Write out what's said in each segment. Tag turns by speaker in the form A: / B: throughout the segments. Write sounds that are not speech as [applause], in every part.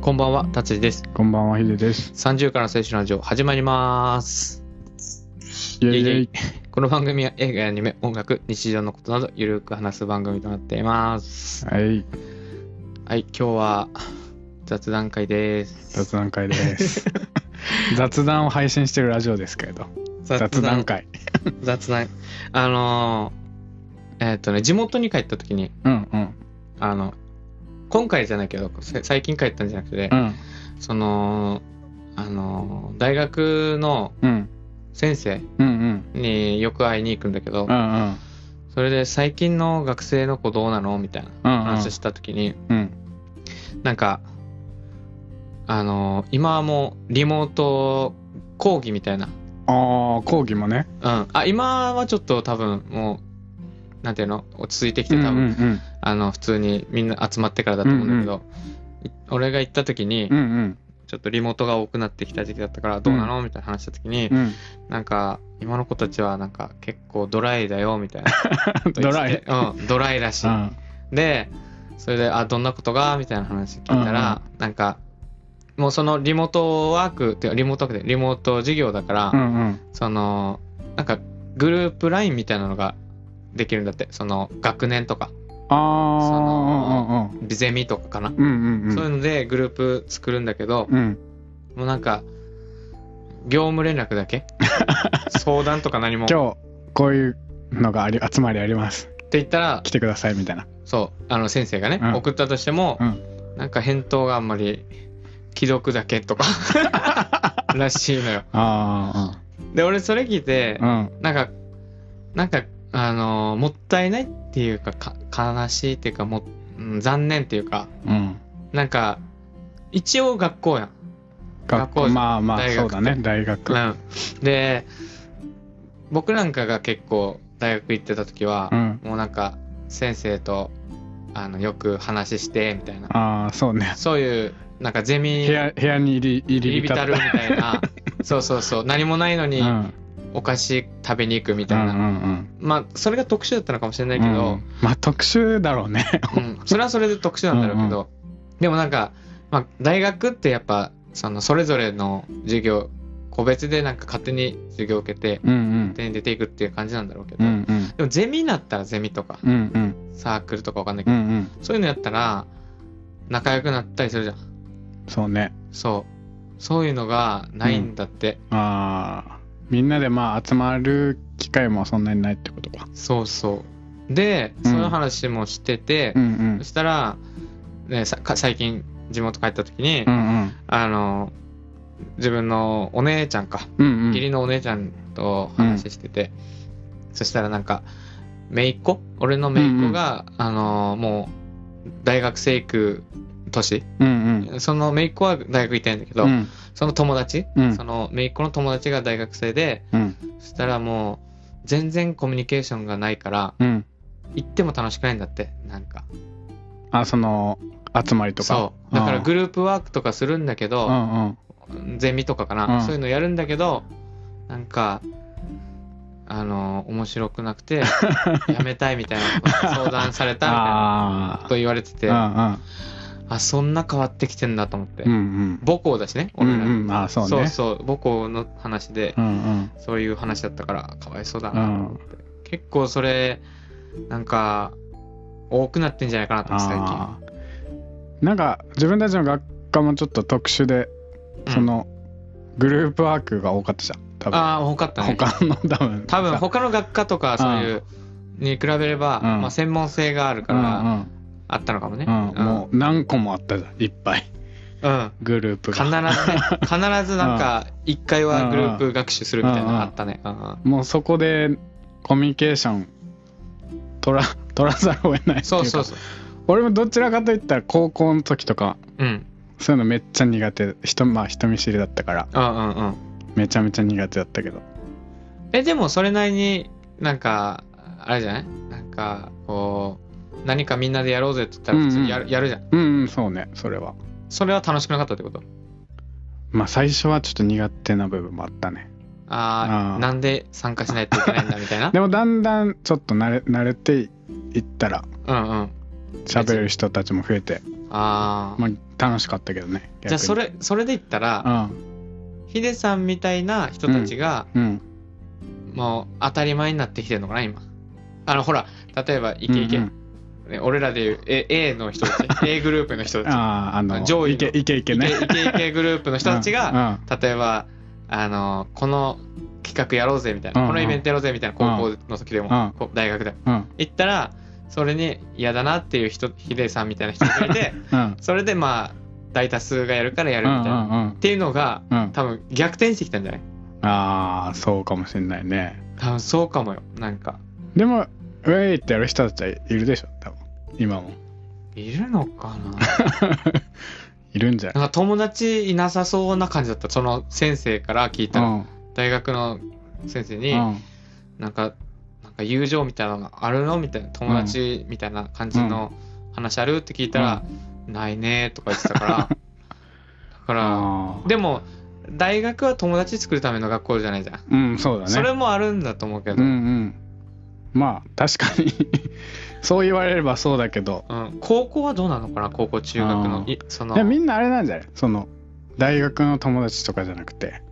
A: こんばんは、達治です。
B: こんばんは、ヒデです。
A: 30から青春ラジオ始まります。
B: イェイイェイ。
A: この番組は映画やアニメ、音楽、日常のことなどゆるく話す番組となっています。
B: はい、
A: はい、今日は雑談会です。
B: 雑談会 [laughs] です。雑談を配信してるラジオですけれど、雑談。会。
A: 雑談。あのー、えっ、とね、地元に帰った時に、
B: うんうん。
A: あの、今回じゃないけど、さ最近帰ったんじゃなくて
B: う、ん
A: その、あのー、大学の
B: うん
A: 先生
B: うんうん
A: によく会いに行くんだけど
B: うんう、ん
A: それで最近の学生の子どうなのみたいな
B: うん
A: 話した時に、
B: うん
A: なんかあのー今はもうリモート講義みたいな、
B: ああ、講義もね。
A: うん、あ今はちょっと多分もうなんていうの落ち着いてきて多分、
B: うんうん
A: あの普通にみんな集まってからだと思うんだけど、い俺が行った時に
B: うんうん
A: ちょっとリモートが多くなってきた時期だったからどうなのみたいな話した時に、
B: うん
A: なんか今の子たちはなんか結構ドライだよみたいな
B: うん。ドライ。、
A: うん、ドライらしい。
B: うん
A: でそれで「あどんなことが?」みたいな話聞いたら、なんかもうそのリモートワークっていうかリモートワークでリモート授業だから、
B: うんうん。
A: そのなんかグループラインみたいなのができるんだってその学年とか
B: あ
A: そ
B: あ
A: の、ゼミとかかな、
B: うんうんうん。うん
A: そういうのでグループ作るんだけど、
B: うん。
A: もうなんか業務連絡だ
B: [laughs]
A: け相談とか何もって
B: 今日、こういうのがあり集まりあります。
A: 言ったら
B: 来てくださいみたいな。
A: そうあの先生がね、
B: うん
A: 送ったとしても、
B: うん
A: なんか返答があんまり既読だけと
B: [laughs]
A: からしいのよ
B: あ
A: で俺それ聞いて
B: あ、うん
A: なんかなんかあのーもったいないっていうかか悲しいっていうかも、うん残念っていうか
B: うん。
A: なんか一応学校やん、
B: 学
A: 学校
B: 校、まあまあ、
A: 大
B: そ
A: 学
B: うだね、大学。
A: うん、で僕なんかが結構大学行ってた時は
B: う、ん。
A: もうなんか先生とあのよく話してみたいな
B: ああ、そうね。
A: そういうなんかゼミ
B: 部屋部屋に入り入
A: 入
B: り
A: り
B: 浸
A: 浸
B: っ
A: るみたい
B: [laughs]
A: なそうそうそう何もないのに
B: うん
A: お菓子食べに行くみ
B: う
A: たい
B: ん
A: な、
B: うん
A: まあそれが特殊だったのかもしれな
B: う
A: い
B: ん
A: け
B: う
A: ど
B: ん、まあ特殊だろう
A: [laughs]
B: ね
A: うんそれはそれで特殊なんだろうけど、でもなんか、まあ、大学ってやっぱそのそれぞれの授業個別でなんか勝手に授業を受けて
B: うん
A: 勝手に出ていくっていう感じなんだろうけ
B: う
A: ど、
B: んうんうん
A: でもゼミになったらゼミとか
B: うんうん
A: サークルとかわかんないけ
B: う
A: ど、
B: んうん
A: そういうのやったら仲良くなったりするじゃん
B: そうね
A: そうそういうのがないんだって、
B: あーみんなでまあ集まる機会もそんなにないってことか
A: そうそうで
B: うん
A: その話もしてて、
B: うんうん
A: そしたら、ね、さか最近地元帰った時に、
B: うん
A: あの自分のお姉ちゃんか
B: うんうんうん
A: 義理のお姉ちゃんと話してて、そしたらなんか姪っ子俺の姪っ子が、あのもう大学生行く年
B: うん
A: その姪っ子は大学行ってんだけど、
B: うん
A: その友達、
B: うん
A: その姪っ子の友達が大学生で
B: うん
A: そしたらもう全然コミュニケーションがないから、
B: うん
A: 行っても楽しくないんだってなんか
B: あその集まりとか
A: そうだからグループワークとかするんだけ
B: う
A: ど
B: んうん
A: ゼミとかかな、
B: うん
A: そういうのやるんだけどなんかあの面白くなく
B: [laughs]
A: てやめたいみたいなこと相談されたみたいなこ
B: あ
A: と言われててあ
B: あ
A: そんな変わってきてんだと思って、
B: うんうん
A: 母校だしね
B: うんう
A: 俺
B: ん
A: ら、
B: うんあーそう
A: そう
B: ね
A: そう母校の話で
B: うんうん
A: そういう話だったからかわいそうだ
B: う
A: な、
B: ん
A: 結構それなんか多くなってんじゃないかなと思って最近
B: あーなんか自分たちの学科もちょっと特殊で、
A: うん
B: そのグループワークが多かったじゃん多分
A: ああ多かったね
B: 他の多分
A: 多分他の学科とかそういうに比べれば、
B: うん
A: まあ、専門性があるか
B: うんう
A: ら
B: ん
A: あったのかもね、
B: うんもう何個もあったじゃんいっぱい
A: うん
B: グループ
A: 必ず
B: が [laughs]
A: ね必ずなんか1回はグループ学習するみたいなのあったね、うんうん
B: もうそこでコミュニケーション取ら [laughs] 取らざるを得ないっていうか
A: そうそうそう
B: 俺もどちらかといったら高校の時とか
A: うん
B: そういうのめっちゃ苦手人,、まあ、人見知りだったから
A: うんうんうん
B: めちゃめちゃ苦手だったけど
A: えでもそれなりになんかあれじゃないなんかこう何かみんなでやろうぜって言ったら普通にやる,、
B: うん
A: やるじゃん
B: うん、うん、そうねそれは
A: それは楽しくなかったってこと
B: まあ最初はちょっと苦手な部分もあったね
A: ああ
B: あー
A: なんで参加しないといけないんだみたいな
B: でもだんだんちょっと慣れ慣れていったら
A: うんうん
B: 喋る人たちも増えて
A: うんああ
B: まあ、楽しかったけどね逆に
A: じゃあそれそれで言った
B: う
A: ら
B: ん
A: ヒデさんみたいな人たちが
B: うん
A: もう当たり前になってきてるのかな今あのほら例えばイケイケ、
B: うんうん
A: ね俺らでいう A, A の人た
B: [laughs]
A: ち A グループの人たち
B: あああの
A: 上位の
B: いけいけいけ
A: イケ
B: ね
A: イケイケグループの人たちが、
B: が
A: 例えばあのこの企画やろうぜみたいな、
B: うんうん
A: このイベントやろうぜみたいな高校の時でも、
B: うん
A: こ大学でも
B: うんうん
A: 行ったらそれに嫌だなっていう人ヒデさんみたいな人がいて
B: うん
A: それでまあ大多数がやるからや
B: う
A: るみたいな、っ
B: んうん
A: ていうのが
B: うん
A: 多分逆転してきたんじゃない
B: ああそうかもしれないね
A: 多分そうかもよなんか
B: でもウェイってやる人たちはいるでしょ多分今も
A: いるのかな [laughs]
B: いるんじゃ
A: なんか友達いなさそうな感じだったその先生から聞いた
B: な
A: ら、
B: い
A: 大学の先生に、
B: うんうん
A: なんか、なんか友情みたいなのあるのみたいな、友達みたいな感じの話あるって聞いたら、ないねーとか言ってた
B: [laughs]
A: から、だから、
B: あー
A: でも、大学は友達作るための学校じゃないじゃん。
B: うんそうだね
A: それもあるんだと思うけ
B: う
A: ど、
B: ん
A: う
B: うんんまあ確かに [laughs] そう言われればそうだけど
A: 高校はどうなのかな高校、中学の
B: あ、ー
A: いその、
B: でも
A: うん
B: みんなあれなんじゃないその大学の友達とかじゃなくて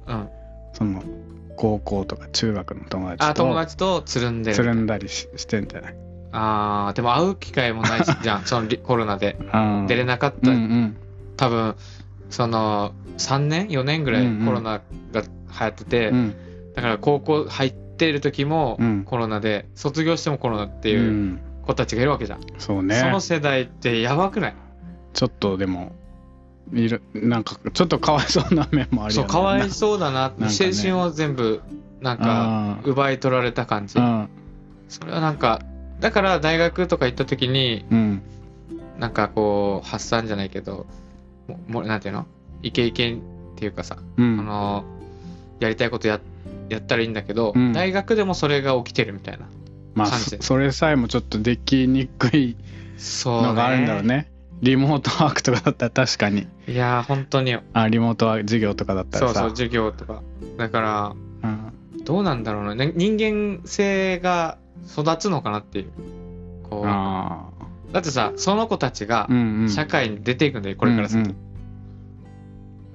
B: その高校とか中学の友達
A: あ、友
B: と
A: 達とつるんで
B: つる
A: る。
B: んだりししてんじゃない
A: あーでも会う機会もないしじ
B: [laughs]
A: ゃん、そのリコロナで。
B: あー
A: 出れなかった
B: うんうん
A: 多分その3年4年ぐらい
B: うんうん
A: コロナが流行ってて、
B: うん
A: だから高校入ってる時も
B: うん
A: コロナで、卒業してもコロナって
B: う
A: いうん子たちがいるわけじゃん、
B: そう
A: そ
B: ね
A: の世代ってやばくない
B: ちょっとでもいるなんかちょっとかわいそうな面もある
A: そ
B: よ
A: う
B: ね
A: かわいそうだな
B: なんかね
A: 青春を全部なんか
B: あー
A: 奪い取られた感じそれはなんかだから大学とか行った時に
B: うんうん
A: なんかこう発散じゃないけどももうなんていうのイケイケっていうかさ
B: う
A: あ
B: ん
A: のやりたいことややったらいいんだけど、
B: うん
A: 大学でもそれが起きてるみたいな
B: まあ
A: 感じ
B: そそれさえもちょっとできにくい
A: そう、ね、
B: のがあるんだろうねリモートワークとかだったら確かに
A: いやー本当に
B: あリモートワーク授業とかだった
A: そ
B: ら
A: う
B: さ
A: そう授業とかだから
B: うん
A: どうなんだろうな、ね、人間性が育つのかなっていうこう
B: あ
A: だってさその子たちが
B: ーうんうん
A: 社会に出ていくんだよこれから
B: う
A: 先、
B: ん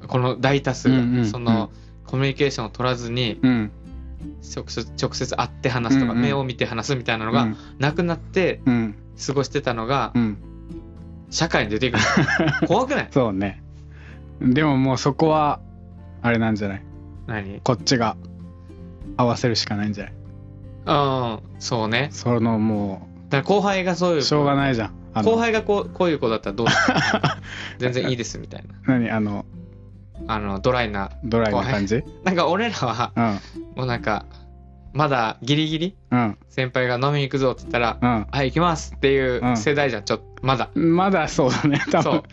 A: この大多数が、
B: うんうん
A: その、コミュニケーションを取らずに
B: うんうん
A: 直接直接会って話すとか、
B: うんうん
A: 目を見て話すみたいなのがなくなって
B: うん
A: 過ごしてたのが
B: うんうん
A: 社会に出てい
B: [laughs]
A: くんだよ怖くない
B: そうねでももうそこはあれなんじゃない
A: 何
B: こっちが合わせるしかないんじゃない
A: うんそうね
B: そのも
A: だから後輩がそういうう
B: しょうがないじゃんあの
A: 後輩がこうこういう子だったらどうす
B: [laughs]
A: る全然いいですみたいな
B: 何あの
A: あのドライな
B: ドライな感じ
A: なんか俺らは
B: うん
A: もうなんかまだギリギリ
B: うん
A: 先輩が飲みに行くぞって言ったら「
B: うん
A: はい行きます」っていううん世代じゃんちょっとまだ
B: まだそうだね多
A: そう
B: 分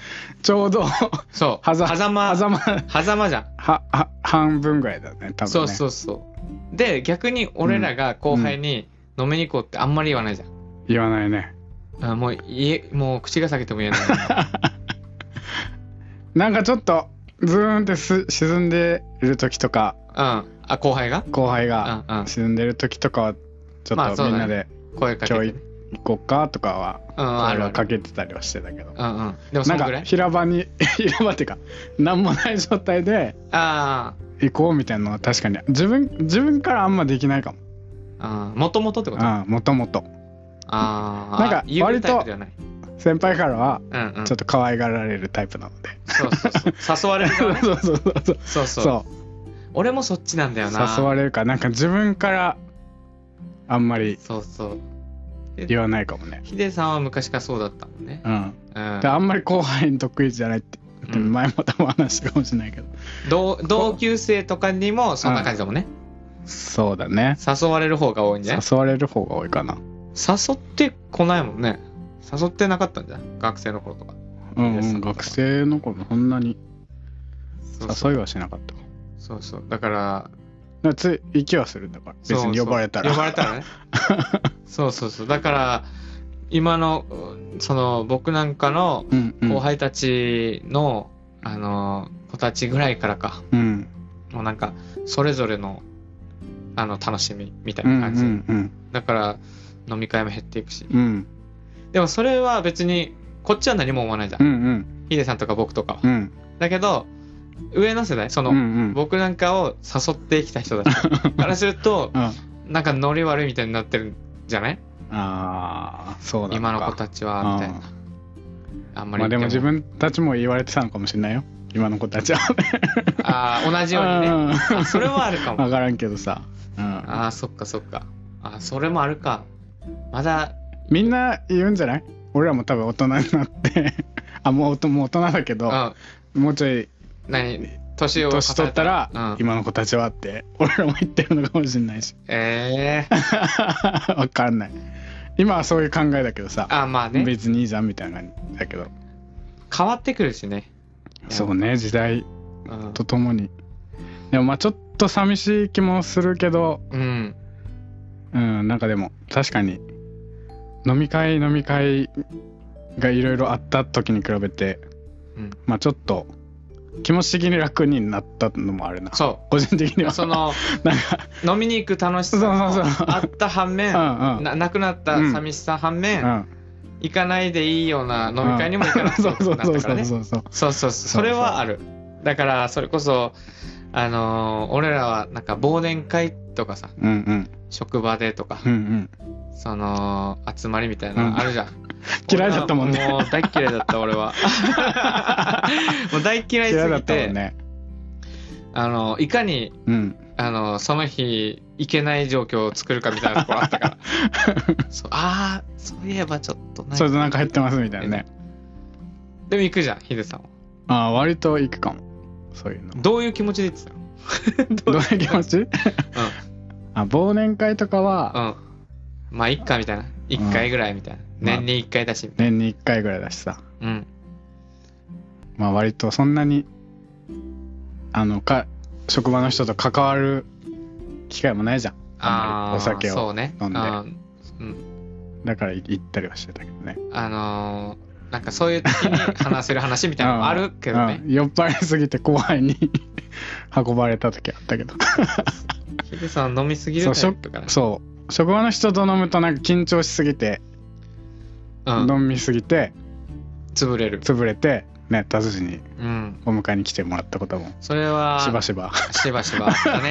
B: ちょうど
A: そう
B: はざ
A: 狭間
B: 狭間
A: 狭間じゃん、
B: はは半分ぐらいだね多分ね
A: そうそうそうで逆に俺らが後輩に「飲みに行こう」ってあんまり言わないじゃん、
B: 言わないね
A: あもう言えもう口が裂けても
B: [laughs]
A: 言えない
B: なんかちょっとズーンってす沈んでる時とか
A: うんあ後輩が
B: 後輩
A: う
B: が
A: んうん
B: 沈んでる時とかはちょ
A: まあ
B: っ
A: そ
B: と
A: う
B: み
A: だ
B: ん
A: ね
B: なで
A: 声かけてね、
B: ちょ行こっかとかは
A: うんあ
B: 声
A: るあ
B: は
A: る
B: かけてたりはしてたけど
A: うんうんでもそ
B: な
A: のぐ
B: んから
A: い
B: 平場に [laughs] 平場っていうか何もない状態で
A: あー
B: 行こうみたいなのは確かに自分自分からあんまできないかも
A: あーもともとってことあ
B: うんもともと
A: あー
B: なんか
A: 言う
B: 割と
A: タイプではない
B: 先輩からは
A: うんうん
B: ちょっと可愛がられるタイプなので、
A: [laughs] そうそうそう誘われる
B: そ
A: 側
B: う
A: ね
B: そうそう
A: そう
B: そう [laughs] そ
A: そうう俺もそっちなんだよな
B: 誘われるからなんか自分からあんまり
A: そうそう
B: 言わないかもね
A: ヒデさんは昔からそうだったもんね
B: うん
A: うん
B: であんまり後輩に得意じゃないって
A: うん
B: 前も多分話したかもしれないけど、
A: 同同級生とかにもそんな感じだもんね
B: そうだね
A: 誘われる方が多いんじゃない
B: 誘われる方が多いかな
A: 誘ってこないもんね誘ってなかったんじゃん学生の頃とか
B: うん、
A: いうやそ
B: ん、
A: う
B: 学生の頃そんなに
A: そうそう
B: 誘いはしなかったかも
A: そうそうだから
B: だからつい息はするんだから別
A: そう
B: に
A: そう
B: 呼ばれたら
A: 呼ばれたら
B: [laughs]
A: ねそうそうそうだから今のその僕なんかの
B: うんうん
A: 後輩たちの、あの子たちぐらいからか
B: うん
A: もうなんかそれぞれのあの楽しみみたい
B: うん
A: な
B: う
A: 感じ、
B: んうん
A: だから飲み会も減っていくし
B: うん
A: でもそれは別にこっちは何も思わないじゃ。
B: うんん
A: ヒデさんとか僕とかは
B: うんうん
A: だけど、上の世代、その、
B: うんうん、
A: 僕なんかを誘ってきた人たちからすると
B: うん
A: なんかノリ悪いみたいになってるんじゃない
B: ああそうだ
A: 今の子たちは、みたいな。あんまり
B: まあでも
A: 言って
B: 自分たちも言われてたのかもしれないよ今の子たちは
A: ああ、同じよう
B: [laughs]
A: にね。あそれはあるか
B: 分 [laughs]
A: も。
B: からんけどさ、うん、
A: ああ、そっかそっか。あそれもあるか。まだ、
B: みんな言うんじゃない俺らも多分大人になって [laughs] あもうおともう大人だけど
A: うん、
B: もうちょい
A: 何、年を重ね
B: 年取ったら、
A: うん
B: 今の子たちはって俺らも言ってるのかもしれ [laughs] ないし
A: ええ
B: 分かんない今はそういう考えだけどさ、
A: あまあね、
B: 別にいいじゃんみたいな感じだけど
A: 変わってくるしね。
B: そうね時代
A: うん
B: とともにでもまあちょっと寂しい気もするけど
A: うん。
B: うんなんかでも確かに飲み会飲み会がいろいろあった時に比べて、
A: うん
B: まあちょっと気持ち的に楽になったのもあるな
A: そ
B: 個人的に
A: う。
B: は
A: その、
B: [laughs] なんか
A: 飲みに行く楽しさも
B: そうそうそう
A: あった反面、
B: うんうん
A: ななくなった寂しさ反面、
B: う
A: 行かないでいいような飲み会にも行か
B: ん
A: なく
B: そ
A: なっ
B: うそうそう
A: たか
B: そ
A: ら
B: う
A: ね。
B: そうそう
A: そうそうそう、それはある。だから、それこそ、あのー俺らはなんか忘年会とかさ、
B: うんうん
A: 職場でとか
B: う、んうん
A: その、集まりみたい
B: うん
A: な、あるじゃん。
B: [laughs] 嫌いだったもんね
A: 俺はもう大嫌いだった、俺
B: [laughs]
A: は。もう大嫌い
B: 嫌
A: す
B: だっ
A: ぎ
B: たも
A: て、
B: んね
A: あの、いかに、
B: うん
A: あの、その日、行けない状況を作るかみたいなところあった
B: [laughs]
A: から。そうああ、そういえばちょっとない
B: それとなんか入ってますみたいなね
A: でも行くじゃん、ヒデさんは。
B: ああ割と行くかもそういうの
A: どういう気持ちで行ってたの
B: [laughs] どういう気持ちあ忘年会とかは、
A: うん。まあ、いっかみたいな。一回ぐらいみたいな。年に一回だし、みたい
B: 年に1回ぐらいだしさ
A: な。うん。
B: まあ割とそんなにあのか職場の人と関わる機会もないじゃんあんまり
A: ー
B: お酒を
A: そうね。
B: 飲んで
A: あーうん。
B: だからい行ったりはしてたけどね
A: あのーなんかそういう時に話せる話みたいなのもあるけどね
B: う。ん酔っ払いすぎて後輩に [laughs] 運ばれた時あったけど
A: ヒデさん飲みすぎるタイプかな。
B: そう職場の人と飲むとなんか緊張しすぎて、
A: うん。
B: 飲みすぎて
A: 潰れる。
B: 潰れてね達人に
A: うん。
B: お迎えに来てもらったことも
A: それは、
B: しばしば
A: しばしばあったね。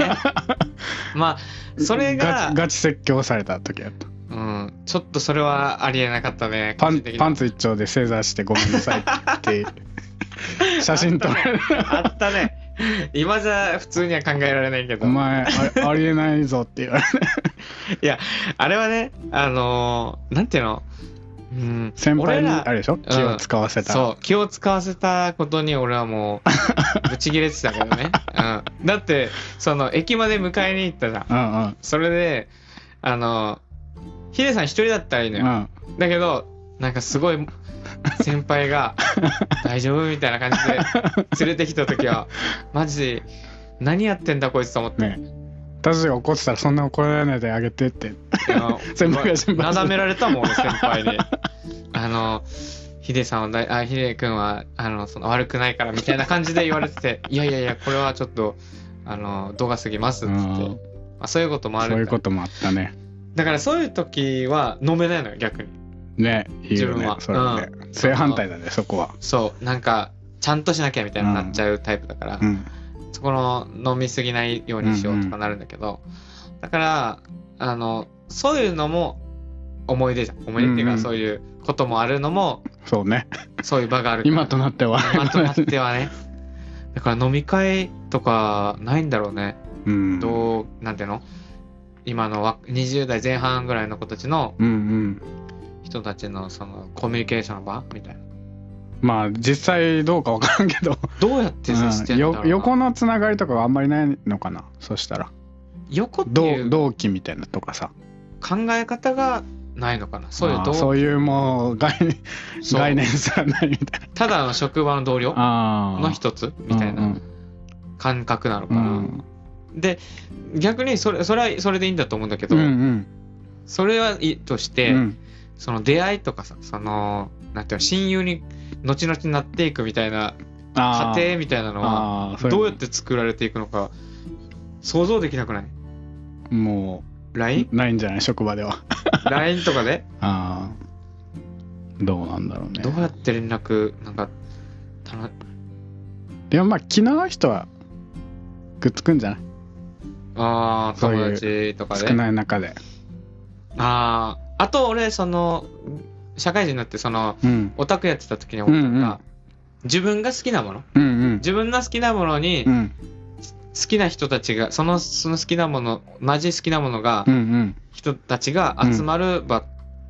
B: [laughs]
A: まあ、それ
B: ガ
A: が
B: チ、ガチ説教された時やった
A: うん、ちょっとそれはありえなかったね。
B: パ
A: 個
B: ン
A: 人的に
B: パンツ一丁で正座してごめんなさい
A: [laughs]
B: って言って写真撮られる
A: あったね。今じゃ普通には考えられないけど。
B: お前あれありえないぞって言われる
A: あれはね、あのーなんていうの、うん、
B: 先輩
A: 俺
B: に
A: ら
B: あれでしょ気を使わせた、
A: そう、気を使わせたことに俺はも
B: [laughs]
A: う、ぶち切れてたけどね。うん、だって、その、駅まで迎えに行ったじゃん。
B: うんうん
A: それで、あのーヒデさん一人だったらいいの
B: う
A: よ。
B: ん
A: だけど、なんかすごい、先輩
B: [laughs]
A: が、大丈夫みたいな感じで連れてきた時は、マジで、何やってんだこいつと思って。
B: ね達人が怒ってたらそんな怒らないであげてって
A: あの
B: 先輩が心配
A: な
B: す
A: だ
B: る
A: められたもん俺先輩
B: [laughs]
A: にあのヒデさんはだいあヒデ君はあのその悪くないからみたいな感じで言われて
B: [laughs]
A: ていやいやいやこれはちょっとあの度が過ぎますっつって、
B: うん
A: まあ、そういうこともある
B: そういう
A: から
B: こともあったね
A: だからそういう時は飲めないのよ逆に
B: ねいい
A: 自
B: よ
A: 分
B: ね
A: は
B: それはね、正反対だねそこは
A: そうなんかちゃんとしなきゃみたいになっちゃうタイプだから、
B: うん
A: そこの飲みすぎないようにしようとかなるんだけど、だからあのそういうのも思い出じゃん思い出っていう
B: うんう
A: か
B: ん
A: そういうこともあるのも
B: そ
A: [laughs]
B: うね
A: そういう場があるから
B: 今となっては
A: 今となってはね。だから飲み会とかないんだろうね。
B: [laughs] うん
A: どう、なんていうの今のわ20代前半ぐらいの子たちの
B: うんうん
A: 人たちのそのコミュニケーションの場みたいな。
B: まあ実際どうか分からんけど、
A: どうやって接して
B: うん
A: んだろう
B: よ
A: な、
B: 横のつながりとかがあんまりないのかなそしたら
A: 横ってい
B: 同
A: う
B: 同期みたいなとかさ
A: 考え方がないのかな。そういう
B: あー
A: 同
B: そういうもう概
A: そう
B: 概念すらないみたい
A: ただの職場の同 [laughs] 僚
B: なあー
A: の一つみたい
B: うん
A: な感覚なのか
B: う
A: な。
B: ん
A: で、逆にそれそれはそれでいいんだと思うんだけ
B: う
A: ど、
B: んうん
A: それはいいとして、
B: うん
A: その出会いとかさ、その、なんていうの、親友に後々なっていくみたいな、過
B: あー
A: 程みたいなのは、
B: あーそれ
A: どうやって作られていくのか、想像できなくない
B: もう [laughs]
A: ?LINE?LINE
B: ないんじゃない職場では
A: とかで
B: あーどうなんだろうね
A: どうやって連絡なんかたの
B: でもまあ気の合う人はくっつくんじゃない
A: ああ
B: そういう
A: 友達とかで
B: 少ない中で
A: あああと俺その社会人になってその
B: うん
A: オタクやってた時に思ったのが、
B: うんうん
A: 自分が好きなもの
B: うんうん
A: 自分の好きなものに
B: う
A: 好
B: ん
A: きな人たちがそのその好きなもの同じ好きなものが、
B: うんうん
A: 人たちが集まる場っ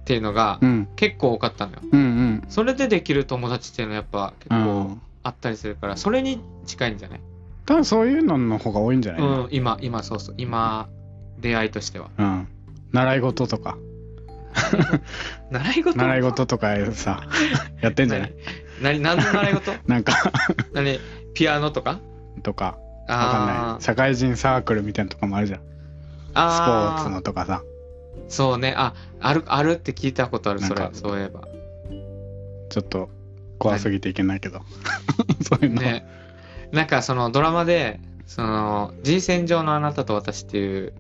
A: ていうのが
B: うん
A: 結構多かったのよ
B: うんうん
A: それでできる友達っていうのはやっぱ結
B: う
A: 構
B: ん
A: あったりするからそれに近いんじゃない、
B: 多分そういうのの方が多いんじゃない
A: うん、今今そうそう今出会いとしては
B: うん習い事とか
A: 習い事
B: 習い事とかさやってんじ
A: [laughs]
B: ゃない
A: 何何の習い
B: [laughs]
A: 事
B: なんか
A: 何ピアノとか
B: とかわかん
A: あ
B: ない
A: ー
B: 社会人サークルみたいなとかもあるじゃんスポ
A: あ
B: ーツのとかさ
A: そうねああるあるって聞いたことあるそれ
B: なんか
A: そういえば
B: ちょっと怖すぎていけないけど [laughs] そういうの
A: ねなんかそのドラマで「その G 戦場のあなたと私」っていう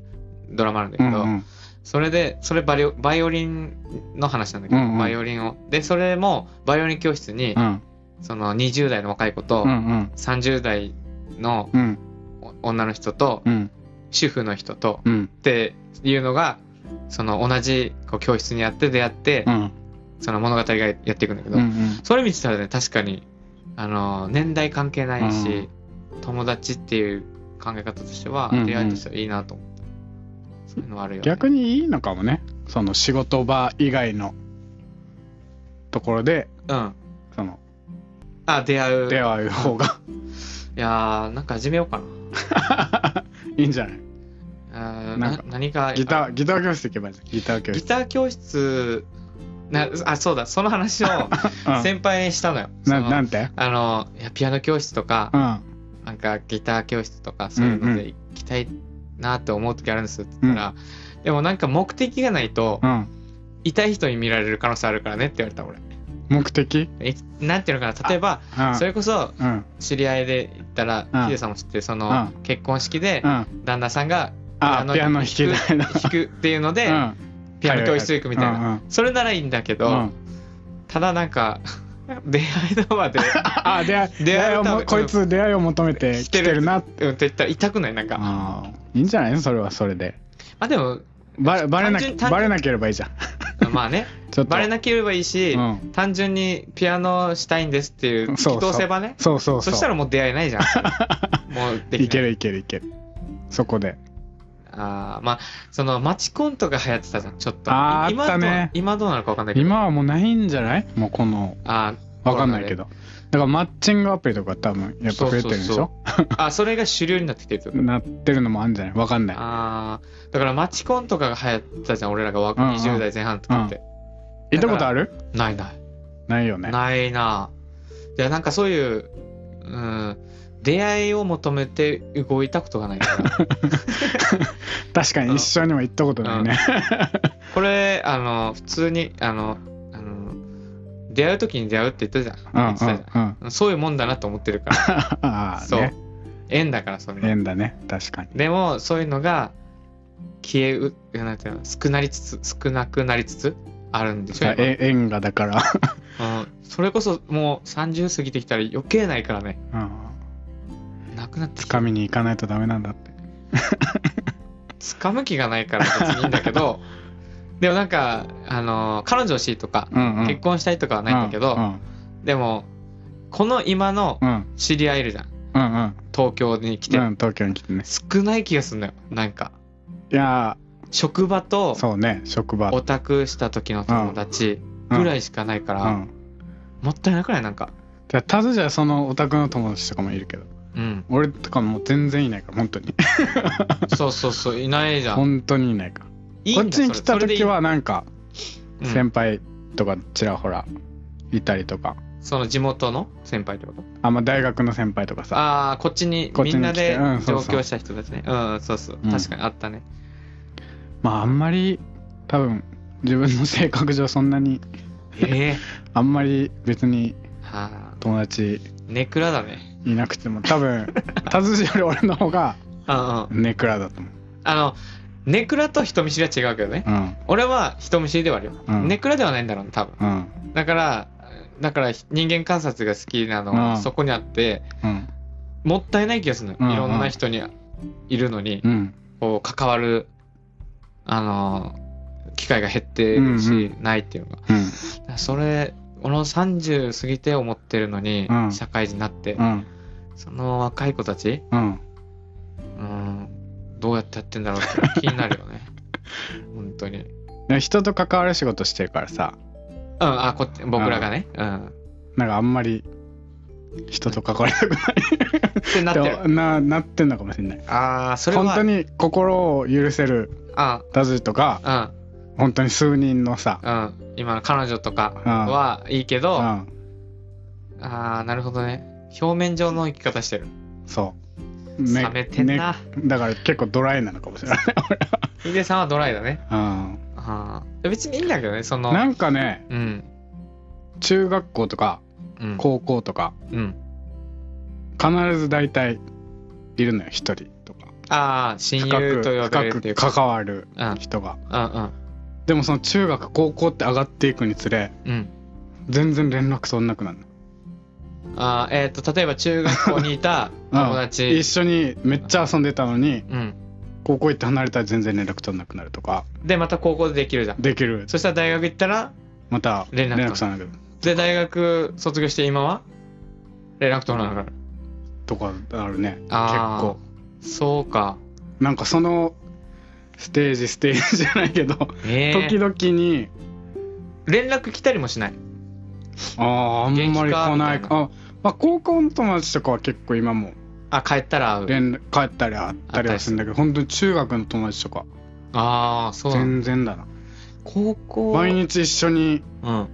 A: ドラマなんだ
B: う
A: け
B: ん
A: ど、
B: うん
A: それでそれバリオバイオリンの話なんだけど、
B: うんうん
A: バイオリンをでそれもバイオリン教室に、
B: うん
A: その20代の若い子と、
B: うんうん
A: 30代の
B: うん
A: 女の人と、
B: うん
A: 主婦の人と
B: うん
A: っていうのがその同じこう教室にやって出会って、
B: うん
A: その物語がやっていくんだけど、
B: うんうん
A: それ見てたらね確かにあの年代関係ないし、友達っていう考え方としては、
B: うんうん
A: 出会いとしてはいいなと思ったそういうのはあるよ、ね、
B: 逆にいいのかもねその仕事場以外のところで
A: うん
B: その
A: あ出会う
B: 出会う方が
A: いやーなんか始めようかない
B: いんじゃない
A: あー
B: なん
A: な
B: か
A: 何か
B: ギターギター教室行けばいいじゃんギター教
A: ギ
B: 室
A: ター教室なあそうだその話を
B: うん
A: 先輩にしたのよ、そ
B: な
A: の
B: なんて
A: あのいやピアノ教室とか
B: う、ん
A: なんかギター教室とかそういうので行きたいなって思う時あるんですって言ったら、でもなんか目的がないと、
B: うん
A: 痛い人に見られる可能性あるからねって言われた俺
B: 目的
A: えなんていうのかな例えば
B: うん
A: それこそ
B: うん
A: 知り合いで言ったら
B: うん
A: ヒデさんも知ってるそうの
B: ん
A: 結婚式で
B: うん
A: 旦那さんが
B: あピアノ弾きたいな
A: 弾くっていうのでピアノ教室行くみたいな
B: な
A: それならいいんだけ
B: う
A: ど
B: ん
A: ただなんか [laughs] 出会いの場
B: [laughs]
A: で
B: あ出会い出
A: 出
B: 会
A: 会
B: い
A: い
B: を
A: を
B: もこいつ出会いを求めて来
A: 来て
B: て
A: る
B: るなって
A: うんって言ったら痛くないなんかま
B: あーいいんじゃないそれはそれで
A: あでも
B: バレバレな
A: 単純単純
B: バレなければいいじゃん
A: まあね
B: [laughs] ちょっと
A: バレなければいいし
B: うん
A: 単純にピアノしたいんですっていう
B: そう
A: 突
B: そ
A: き
B: う
A: 通せばね
B: そうそうそう
A: そしたらもう出会いない
B: [laughs]
A: じゃんもうでき
B: いけ
A: ない
B: るいけるいけるそこで
A: あーまあそのマチコンとか流行ってたじゃんちょっと
B: あー
A: い今
B: あったね
A: どう今どうなのか分かんないけど
B: 今はもうないんじゃないもうこの
A: あ
B: わかんないけどだからマッチングアプリとか多分やっぱ増えてるんでし
A: そ
B: ょ
A: うそうーあそれが主流になってきてるってこと
B: なってるのもあるんじゃないわかんない
A: あーだからマチコンとかが流行ってたじゃん俺らが若
B: うんうん
A: 20代前半とかって、
B: 行ったことある
A: ないない、
B: ないよね
A: ないなじゃあなんかそういう、うん、出会いを求めて動いたことがないから
B: [laughs] 確かに一緒にも行ったことないね
A: これあの普通にあのあの出会う時に出会うって言ったじゃん
B: うんうん
A: 言ってたじ
B: うん
A: ゃんそういうもんだなと思ってるから
B: ああ
A: そう、
B: [laughs] ね
A: 縁だからそれが
B: 縁だね確かに
A: でもそういうのが消えうなんていうの少なりつつ少なくなりつつあるんでしょ
B: さ
A: 今
B: え縁が
A: [laughs]
B: だから
A: うん、それこそもう30過ぎてきたら余計ないからね
B: うん
A: なくなって
B: つ
A: きた
B: かみに行かないとダメなんだって
A: つかむ気がないから別にいいんだけど
B: [laughs]
A: でもなんかあの彼女欲しいとか、
B: うんうん
A: 結婚したいとかはないんだけど、
B: うん
A: でもこの今の
B: うんうん
A: 知り合いいるじゃん
B: うんうん
A: 東京に来て、
B: うん東京に来てね
A: 少ない気がするんだよなんか
B: いや
A: 職場
B: ー
A: と
B: そうね職場
A: オタクした時の友達ぐらいしかないから、
B: うん
A: もったいなくないなんか
B: じゃあタズじゃそのオタクの友達とかもいるけど
A: うん
B: 俺とかもう全然いないから本当に
A: そうそうそういないじゃん
B: 本当にいないから
A: いいん
B: こ
A: だ
B: っちに来た
A: それそれでいい
B: 時はなんか
A: うん
B: 先輩とかちらほらいたりとか、
A: その地元の先輩ってこと
B: あまあ大学の先輩とかさ
A: ああこっちに
B: こっち
A: み
B: に来て
A: んなで
B: うんそう
A: 上
B: そう
A: 京した人たちねうんそうそう
B: うん
A: 確かにあったね
B: まああんまり多分自分の性格上そんなに
A: ええ
B: あんまり別に
A: はあ
B: 友達
A: ネクラだね
B: い
A: [laughs]
B: なくても多分タズジより俺の方が
A: うんうん
B: ネクラだと思う
A: あのネクラと人見知りは違うけどね。
B: うん
A: 俺は人見知りではあるよ。
B: うん
A: ネクラではないんだろうね、多分。
B: うん
A: だから、だから人間観察が好きなのは
B: うん
A: そこにあって、
B: うん
A: もったいない気がするのよ。
B: うん
A: いろんな人にいるのに、
B: うん
A: こう、関わる、あのー、機会が減ってるし、
B: うん
A: ないっていうのが。だ
B: うん
A: からそれ、俺の30過ぎて思ってるのに、
B: うん
A: 社会人になって、
B: うん
A: その若い子たち、
B: うん
A: うん、どうやってやってんだろうって気になるよ
B: [laughs]
A: ね。本当に。うん、
B: でも人と関わる仕事してるからさ
A: あ、こっち、僕らがね。うん。
B: なんかあんまり人と関わりたく
A: ってなって
B: な
A: る。
B: いななってんのかもしれない
A: ああ、それは。
B: 本当に心を許せる
A: あ
B: だずとか
A: うん、
B: 本当に数人のさ
A: うん。今の彼女とかはいいけど、あ
B: う
A: あー、なるほどね。表面上の生き方してる。
B: んそう
A: 冷めてんな。
B: ねだから結構ドライなのかもしれない
A: ヒデさんはドライだね。
B: うん
A: あー別にいいんだけどね、その。
B: なんかね
A: うん。
B: 中学校とか
A: うん。
B: 高校とか
A: うん。
B: 必ず大体いるのよ一人とか
A: ああ、親
B: 深
A: 友
B: く
A: と呼ばれる
B: 深
A: ってい
B: く
A: うか。
B: 関わる
A: うん、うん、
B: 人が
A: うん。
B: でもその中学高校って上がっていくにつれ
A: うん。
B: 全然連絡取んなくなるの
A: あーえっ、と、例えば中学校にいた友達。
B: うん一緒にめっちゃ遊んでたのに
A: うん。
B: 高校行って離れたら全然連絡取んなくなるとか
A: で、また高校でできるじゃん。
B: できる
A: そしたら大学行ったら、
B: また
A: 連
B: 連
A: 絡取ん
B: 絡取らなくなる
A: で、大学卒業して今は連絡取らなくなる。
B: とかあるね結
A: あー
B: 構
A: そうか。
B: なんかそのステージステージじゃないけど、
A: え
B: 時
A: ー、
B: 々に
A: 連絡来たりもしない。
B: あああんまり来な
A: 元
B: い
A: 気かみたいな
B: あ、まあ、高校の友達とかは結構今も
A: あ、帰ったら会う。
B: 連絡帰ったり会ったりはするんだけど本当に中学の友達とか
A: ああ、そうなんだ。
B: 全然だな
A: 高校
B: 毎日一緒に
A: うん。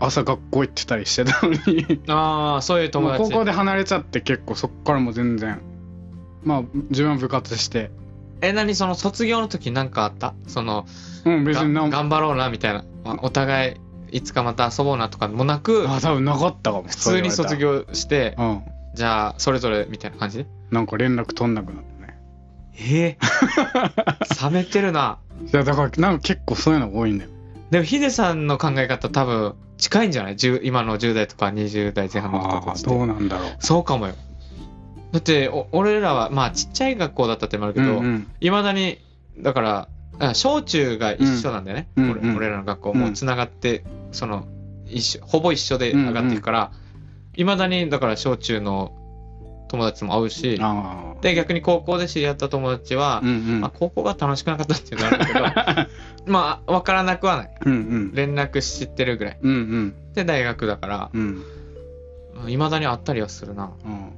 B: 朝学校行ってたりしてたのに
A: ああ、そういう友
B: もう
A: 達。
B: 高校で離れちゃって結構そっからもう全然まあ自分は部活して
A: え、何その卒業の時なんかあったその、
B: うん別
A: が
B: になん
A: 頑張ろうなみたいな。あお互い、いつかまた遊ぼうなとかもなく、
B: あ多分なかったかも
A: 普通に卒業して、
B: うん
A: じゃあ、それぞれみたいな感じ
B: なんか連絡取んなくなったね
A: ええ [laughs] 冷めてるな。
B: いやだからなんか結構そういうのが多いんだよ
A: でもヒデさんの考え方多分近いんじゃない10今の10代とか20代前半の人
B: あ
A: た
B: あ
A: ち
B: ど
A: と
B: うなんだろう
A: そうかもよだってお俺らはまあちっちゃい学校だったってのもあるけ
B: う
A: ど
B: ん
A: いま、未だにだからあ小中が一緒なんだよね、
B: うん
A: 俺
B: うんうん
A: 俺らの学校
B: うん
A: もつながって、その一緒ほぼ一緒で上がっていくからいま、未だにだから小中の友達も会うし
B: うん、ああ
A: で逆に高校で知り合った友達は、
B: うんうん
A: まあ、高校が楽しくなかったっていうのはあるけ
B: [laughs]
A: どまあ分からなくはない
B: うんうん
A: 連絡知ってるぐらい
B: うんうん
A: で大学だから
B: うん
A: いまだに会ったりはするな
B: うん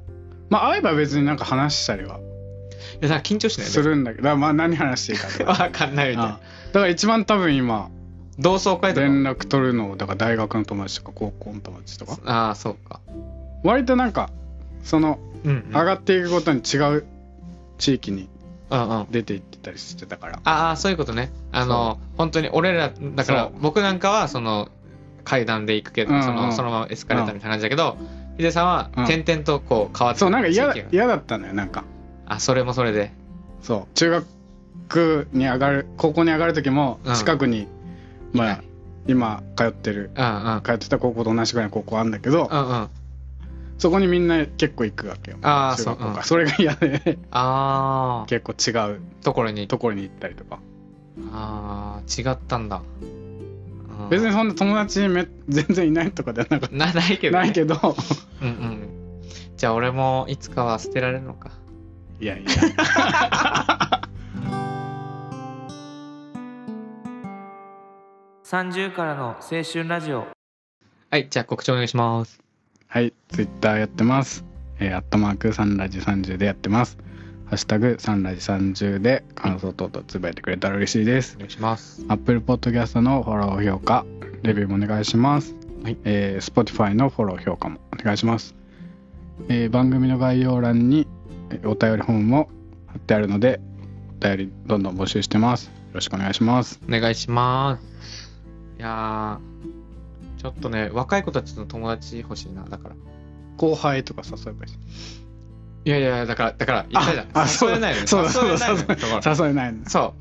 B: まあ会えば別になんか話したりはい
A: やなんか緊張しない
B: するんだけどだからまあ何話していいかと
A: [laughs]
B: か
A: 分かんないみたい
B: あ
A: な
B: だから一番多分今
A: 同窓会とか
B: 連絡取るのをだから大学の友達とか高校の友達とか
A: ああそうか
B: 割となんかその
A: うんうん
B: 上がっていくごとに違う地域に
A: うんうん
B: 出ていってたりしてたから
A: ああそういうことねあの本当に俺らだから
B: そう
A: 僕なんかはその階段で行くけど、
B: うんうん
A: そのそのままエスカレーターみたいな感じだけど、ヒデさんは
B: うん
A: 点々とこう変わって
B: そうなんか嫌だ
A: 地域が
B: 嫌だったのよなんか
A: あそれもそれで
B: そう中学に上がる高校に上がる時も
A: うん
B: 近くに、ま
A: い
B: あ今通ってる
A: うんうん
B: 通ってた高校と同じぐらいの高校あるんだけど、
A: うんうんあ
B: そこにみんな結構行くわけよ
A: あー
B: 中学校
A: そうう
B: か
A: ん
B: らそれが嫌で
A: あ
B: 結構違う
A: ところに
B: ところに行ったりとか
A: ああ違ったんだ、うん
B: 別にそんな友達め [laughs] 全然いないとかではなかっ
A: なない
B: た
A: けど、ね、
B: ないけど
A: うんうん。じゃあ俺もいつかは捨てられるのか。
B: いやいや
C: 30からの青春ラジオ
A: はい、じゃあ告知お願いします。
B: はい、ツイッターやってます。えー、アットマークサンラジ30でやってます。ハッシュタグサンラジ30で感想等々つぶやいてくれたら嬉しいです
A: お。願いします。
B: アップルポッドキャストのフォロー評価、レビューもお願いします。
A: はい
B: えー、Spotify のフォロー評価もお願いします。えー番組の概要欄にえーお便りフォームも貼ってあるので、お便りどんどん募集してます。よろしくお願いします。
A: お願いします。いやー、ちょっとね、若い子たちの友達欲しいな、だから。
B: 後輩とか誘えばいいし
A: いやいやだからだから言ったじゃん
B: ああそうだ
A: 誘えないのよ
B: そうだ
A: 誘えないのよ
B: そうだ
A: だから
B: 誘えないの
A: そう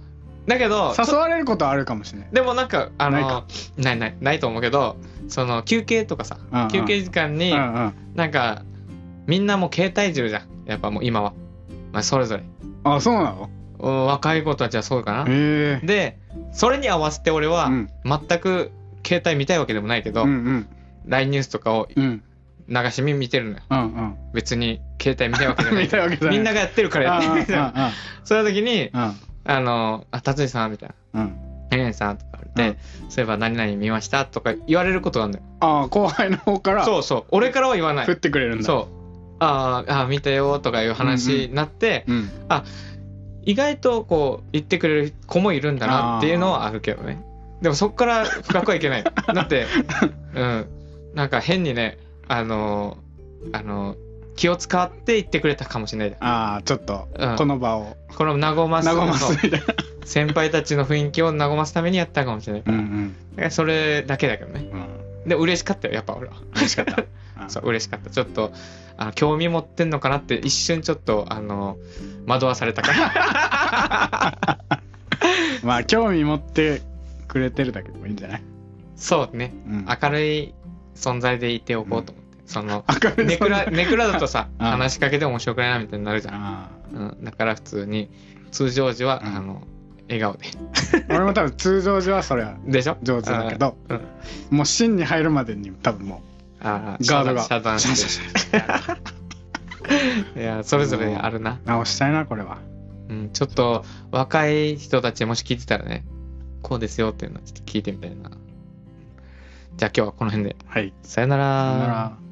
A: だけどち
B: 誘
A: ょ
B: われることはあるかもしれない
A: でもなんかあ
B: な
A: の
B: い
A: な
B: か
A: いないないと思うけどその休憩とかさ
B: うんうん
A: 休憩時間に
B: うんうん
A: なんかみんなもう携帯中じゃんやっぱもう今は、まあ、それぞれ
B: あそうなの
A: うん若い子たちはそうかな
B: へえ
A: でそれに合わせて俺は
B: うん
A: 全く携帯見たいわけでもないけど、
B: うん
A: LINE ニュースとかを
B: うんうん
A: 流し見見てるのよ
B: うん
A: 別に携 [laughs] 帯見たいわけじゃ
B: うん
A: な
B: [laughs] 見
A: い
B: たいわけじゃない
A: みんながやってるからやってるみたいな
B: あ
A: [laughs] そういう時に
B: あ
A: 「あのあ達治さん」みたいな
B: うんうん
A: 「何々さん」とか言われて、そういえば何々見ました」とか言われることなんだよ
B: ああ後輩の方から
A: そうそう俺からは言わな
B: 振っ
A: い
B: てくれるんだ
A: そうあーあー見たよとかいう話になって、
B: ううん
A: 意外とこう言ってくれる子もいるんだなっていうのはあるけどねでもそっから深くはい
B: [laughs]
A: けないだってうんなんか変にねあのあの気を使って言ってくれたかもしれないじ
B: ああちょっと
A: ゃん、うん、
B: この場を
A: この和ます
B: 和ます
A: そう
B: みたいな
A: 先輩たちの雰囲気を和ますためにやったかもしれないだ
B: うんうん
A: からそれだけだけどね
B: うん
A: で嬉しかったよやっぱ俺は
B: 嬉しかったうん
A: そう嬉しかったちょっとあの興味持ってんのかなって一瞬ちょっとあの惑わされたから
B: [laughs] まあ興味持ってくれてるだけでもいいんじゃない、
A: そうね
B: うん、
A: 明るい存在でいておこうと思って、その
B: [laughs] 明るい
A: ネクラネクラだとさ
B: [laughs] うん
A: 話しかけても面白くないなみたいになるじゃん、
B: あ
A: うん、だから普通に通常時は、
B: うん
A: あの笑顔で
B: ー俺も多分通常時はそれは
A: でしょ
B: 上手だけど、
A: うん
B: もう芯に入るまでに多分も
A: あ
B: うガードが
A: 遮断遮断
B: [laughs] シャ
A: し
B: シャシャシャ
A: ていやそれぞれあるな、
B: 直したいなこれは
A: うん、ちょっと若い人たちもし聞いてたらねこうですよっていうのをちょっと聞いてみたいなじゃあ今日はこの辺で
B: はい
A: さよなら
B: さよなら